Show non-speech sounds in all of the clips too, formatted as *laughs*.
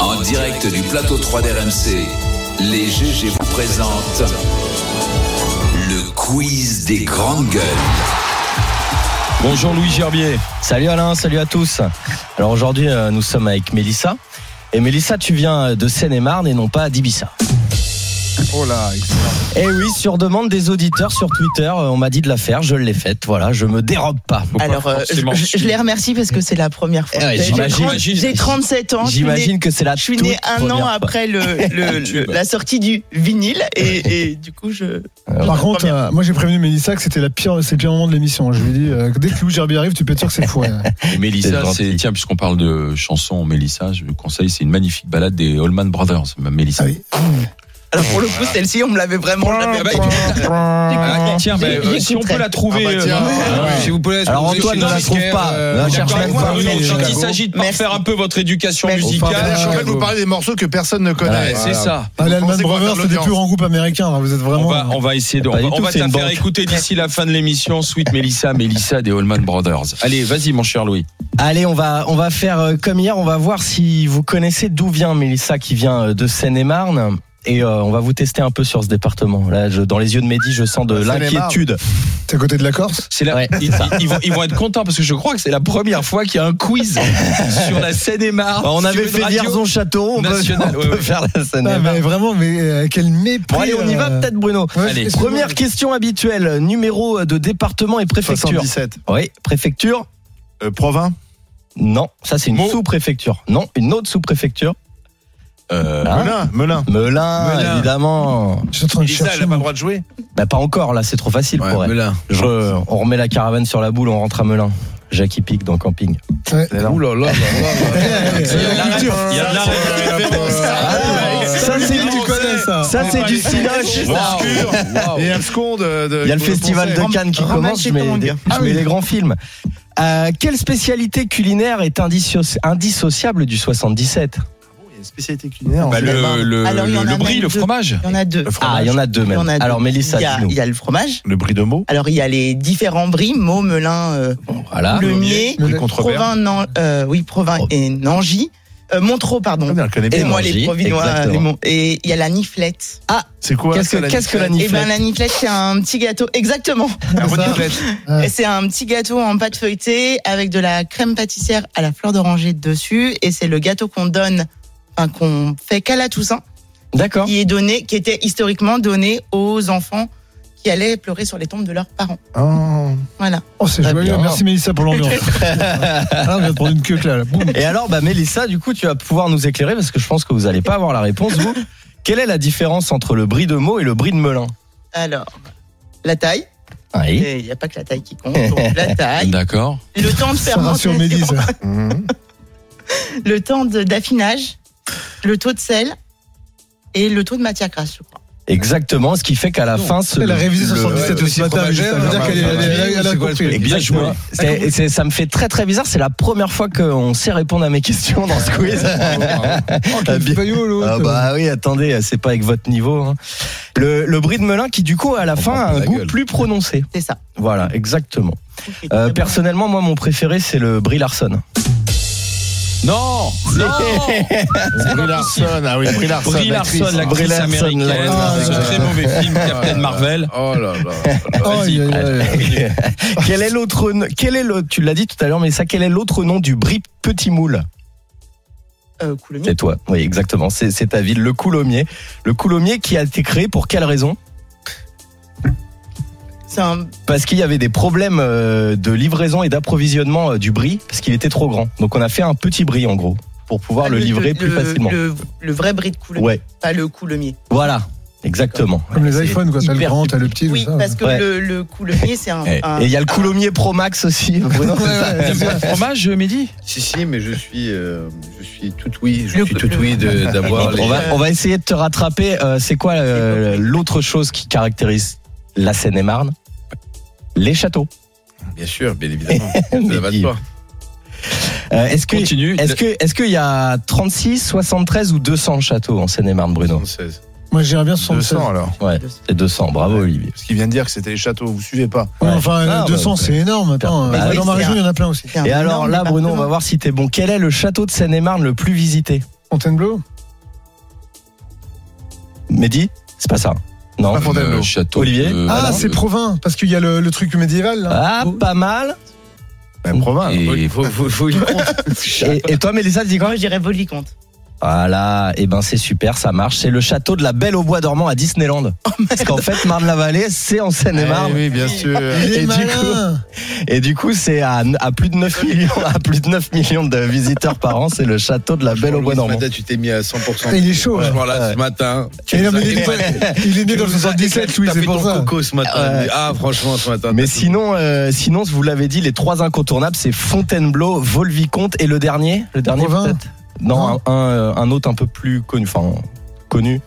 En direct du plateau 3 d'RMC, les GG vous présentent le quiz des grandes gueules. Bonjour Louis Gerbier. Salut Alain, salut à tous. Alors aujourd'hui, euh, nous sommes avec Mélissa. Et Mélissa, tu viens euh, de Seine-et-Marne et non pas d'Ibissa. Oh là, excellent. Et oui, sur demande des auditeurs sur Twitter, euh, on m'a dit de la faire, je l'ai faite, voilà, je me dérobe pas. Faut pas Alors, euh, je, forcément. je- je les remercie parce que c'est la première fois. Eh ouais, J'ai j'imagine, 30 j'imagine. J'ai 37 ans. je suis née- J'imagine que c'est la Je suis né toute un an première fois. après le, le- le- la sortie du vinyle et, et du coup je. Par contre, euh, moi j'ai prévenu Mélissa que c'était la pire, c'est le pire moment de l'émission. Je lui ai dit, euh, dès que Louis Gerbier arrive, tu peux être sûr que c'est fou. Et C'est Mélissa, gentil. c'est tiens puisqu'on parle de chansons, Mélissa, je vous conseille, c'est une magnifique balade des Allman Brothers. ma Mélissa. Ah oui. Alors pour le coup celle-ci on me l'avait vraiment. je l'avais- Ah, *laughs* tiens, bah, euh, j'écouterai. si on peut la trouver, Ah bah tiens, euh, ouais, ouais. ouais. si vous pouvez la Alors trouver Antoine chez ne la Disquaire, trouve pas. euh, Ne Ah, cherche d'accord, même pas. Bruno, Oui, Jean- Chicago. quand il s'agit de Merci. parfaire un peu votre éducation Merci. Enfin, musicale. là, je suis en train de Chicago. vous parler des morceaux que personne ne connaît. Ouais, c'est ça. Ah, les Allman pensez qu'on va Brothers, faire c'est des l'audience. plus grands groupes américains. là. hein. Vous êtes vraiment. On va, on va essayer de. Pas On du va, tout, on va c'est te la une faire banque. écouter d'ici la fin de l'émission. Sweet Mélissa, Mélissa des Allman Brothers. Allez, vas-y, mon cher Louis. Allez, on va, on va faire euh, comme hier, on va voir si vous connaissez d'où vient Mélissa qui vient euh, de Seine-et-Marne. Et euh, on va vous tester un peu sur ce département. Là, je- dans les yeux de Mehdi, je sens de Seine-et-Marne. l'inquiétude. C'est à côté de la Corse. C'est la- Ouais. ils, ils- ils vont, ils vont être contents parce que je crois que c'est la première fois qu'il y a un quiz sur la Seine-et-Marne. Bah, On Ah, sur avait une fait radio. Vierzon-Château, on peut, nationale, on ouais, peut ouais. faire la seine Ah, mais vraiment, mais euh, quel mépris. Bon, allez, on y va euh, peut-être, Bruno. ouais, Allez. excuse-moi. Première question habituelle, numéro euh, de département et préfecture. 77. Oui, préfecture Euh, Provins. Non, ça c'est une Meaux. sous-préfecture. Non, une autre sous-préfecture. Euh, Hein Melun. Melun. Melun, Melun. évidemment. Je suis en train de Elisa, chercher. elle n'a pas le droit de jouer. Bah pas encore, là c'est trop facile pour elle. Melun. Je- on remet la caravane sur la boule, on rentre à Melun. Jackie Pic dans camping. Ouh là là là là. il y a de la la Ah, culture. ré- il y a de la ré- ça c'est du, ça, c'est du cinoche. Obscur. Et absconde. Il y a le festival de Cannes qui Ramasse commence, je tes mets, tongs. des, Ah je mets des grands films. Euh, quelle spécialité culinaire est indisso- indissociable du 77 Spécialité culinaire. bah, le, le, Alors, il y en le a brie, même le deux. fromage. Il y en a deux. Ah, il y en a deux Il y même. en a deux. Alors Mélissa, Il y a- dis-nous. il y a le fromage. Le brie de mots. Alors il y a les différents bris Meaux, Melun, euh, Ah, Voilà. Le Mier, Le Provins, Nan- euh, oui Provins et Nangy, Euh, Montreux pardon. Et moi les Nangy, Provinois. euh, exactement. les Monts. Et il y a la niflette. C'est quoi Qu'est-ce que, ça, la qu'est-ce que la Eh ben niflette la niflette c'est un petit gâteau exactement. Un bon athlète. Et C'est un petit gâteau en pâte feuilletée avec de la crème pâtissière à la fleur d'oranger dessus et c'est le gâteau qu'on donne enfin qu'on fait qu'à la Toussaint D'accord. qui est donné qui était historiquement donné aux enfants qui allaient pleurer sur les tombes de leurs parents. Oh. Voilà. Oh, c'est Ah, joyeux. bien. Merci Mélissa pour l'ambiance. Ah, on vient de prendre une queue là. là. Boum. Et alors, bah, Mélissa, du coup, tu vas pouvoir nous éclairer parce que je pense que vous n'allez pas avoir la réponse, *laughs* vous. Quelle est la différence entre le brie de Meaux et le brie de Melun Alors la taille, Oui. il n'y a pas que la taille qui compte, *laughs* donc la taille, D'accord. le temps de Ça rassure Mehdi, fermentation, ça. Mhm. le temps de- d'affinage, le taux de sel et le taux de matière grasse, je crois. Exactement, ce qui fait qu'à la fin, ce, Elle a révisé le- 77 ce c'est matin. mais juste fromagère, à dire non, qu'elle est- non, elle est- elle a c'est quoi le compris. truc Bien joué. Exactement. C'est- c'est- ça me fait très très bizarre. C'est la première fois qu'on sait répondre à mes questions dans ce quiz. *laughs* Oh, quel Bien. faillot, l'autre. Ah bah oui, attendez, c'est pas avec votre niveau. hein. Le, le brie de Melun qui du coup à la fin a un la goût gueule. plus prononcé. C'est ça. Voilà, exactement. Euh, Euh, personne. personnellement, moi, mon préféré, c'est le brie Larson. Non Oh Non Brie Larson, ah oui, *laughs* Brie Larson. Brie l'actrice. Larson, l'actrice Brie Larson, américaine, la- ce Ah, très ouais. mauvais film Captain Marvel. Oh là là. Ah, bah, Oh, Vas-y, aïe, aïe, aïe. *laughs* quel est l'autre nom- Quel est le Tu l'as dit tout à l'heure, mais ça, quel est l'autre nom du brie petit moule Euh, Coulommiers. C'est toi. Oui, exactement. C'est c'est ta ville, le Coulommiers. Le Coulommiers qui a été créé pour quelle raison C'est un. Parce qu'il y avait des problèmes euh, de livraison et d'approvisionnement euh, du brie, parce qu'il était trop grand. Donc on a fait un petit brie en gros, pour pouvoir Ah, le livrer plus facilement. Le, le vrai bris de coulommiers, Ouais, pas le coulommier. voilà, exactement. Comme les Ah, C'est iPhones, quoi. T'as le hyper grand, t'as le petit, tout Oui, ça. parce que Ouais. le, le coulommier, c'est un. Eh, un- Et il y a le Coulommier Pro Max aussi. *laughs* Bruno. T'aimes pas le fromage, Mehdi *laughs* Si, si, mais je suis, euh, je suis tout oui, je Le- suis tout le- oui de- *laughs* d'avoir on, les. va, on va essayer de te rattraper. Euh, c'est quoi euh, l'autre chose qui caractérise la Seine-et-Marne Les châteaux. Bien sûr, bien *laughs* évidemment. Ça va de Mehdi. soi. Euh, Est-ce que Continue. est-ce que est-ce qu'il y a 36, 73 ou 200 châteaux en Seine-et-Marne, Bruno 76. Moi, j'irais bien 76. 200 alors. Ouais, c'est 200. Bravo Olivier. Parce qu'il vient de dire que c'était les châteaux, vous suivez pas. Ouais, enfin, Ah, bah, 200, c'est énorme. Attends, Bah euh, oui, dans ma c'est région, un- il y en a plein aussi. c'est un Et alors énorme là, Bruno, on va département. voir si t'es bon. Quel est le château de Seine-et-Marne le plus visité Fontainebleau Mehdi C'est pas ça. Euh, Non. Ah, Pas Fontainebleau. Le château. Olivier de- Ah, de- c'est Provins, parce qu'il y a le, le truc médiéval. là. Ah, pas mal. Ben, Provins. Et faut, faut, faut y compter. Et, et toi, Mélissa, tu dis quoi Moi, je dirais Voliconte. Voilà, et ben c'est super, ça marche. C'est le château de la Belle au Bois dormant à *laughs* Disneyland. Oh, Parce qu'en fait, Marne-la-Vallée, c'est en Seine-et-Marne. Eh oui, bien sûr. Il est Ah. Et du malin. Et du coup, c'est à, à plus de 9 millions, à plus de 9 millions de visiteurs par an. C'est le château Ah, de la Belle au Bois Louis dormant. Mada, tu t'es mis à 100%. Il est chaud. Franchement, là, ce matin. Et non, mais il, est, T'as il est né dans le 77, Louis, fait c'est pour ton ça. coco ce Ah matin. ouais. Ah, franchement, ce matin. Mais t'as tout- sinon, euh, sinon, vous l'avez dit, les trois incontournables, c'est Fontainebleau, Volvicomte et le dernier, le dernier Provins. peut-être. Non, un, un, euh, un autre un peu plus connu, enfin connu,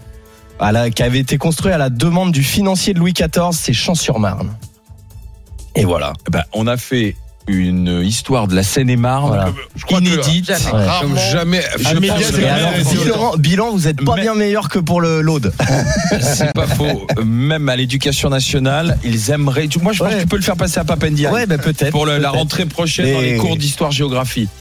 à la- qui avait été construit à la demande du financier de Louis XIV, c'est Champs-sur-Marne. Oh, Et voilà. Bah, on a fait une histoire de la Seine-et-Marne Voilà. Je crois que- inédite. Ouais. Comme Rarement- jamais. Ah, mais bien, que- c'est Et vrai, alors, c'est vrai. bilan, bilan, vous êtes pas Mais- bien meilleur que pour le l'Aude. C'est pas faux. Euh, Même à l'éducation nationale, ils aimeraient. Tu- Moi, je pense Ouais. que tu peux le faire passer à Papendia. Ouais, ben peut-être. Pour le- la peut-être. rentrée prochaine dans les Mais- cours d'histoire-géographie.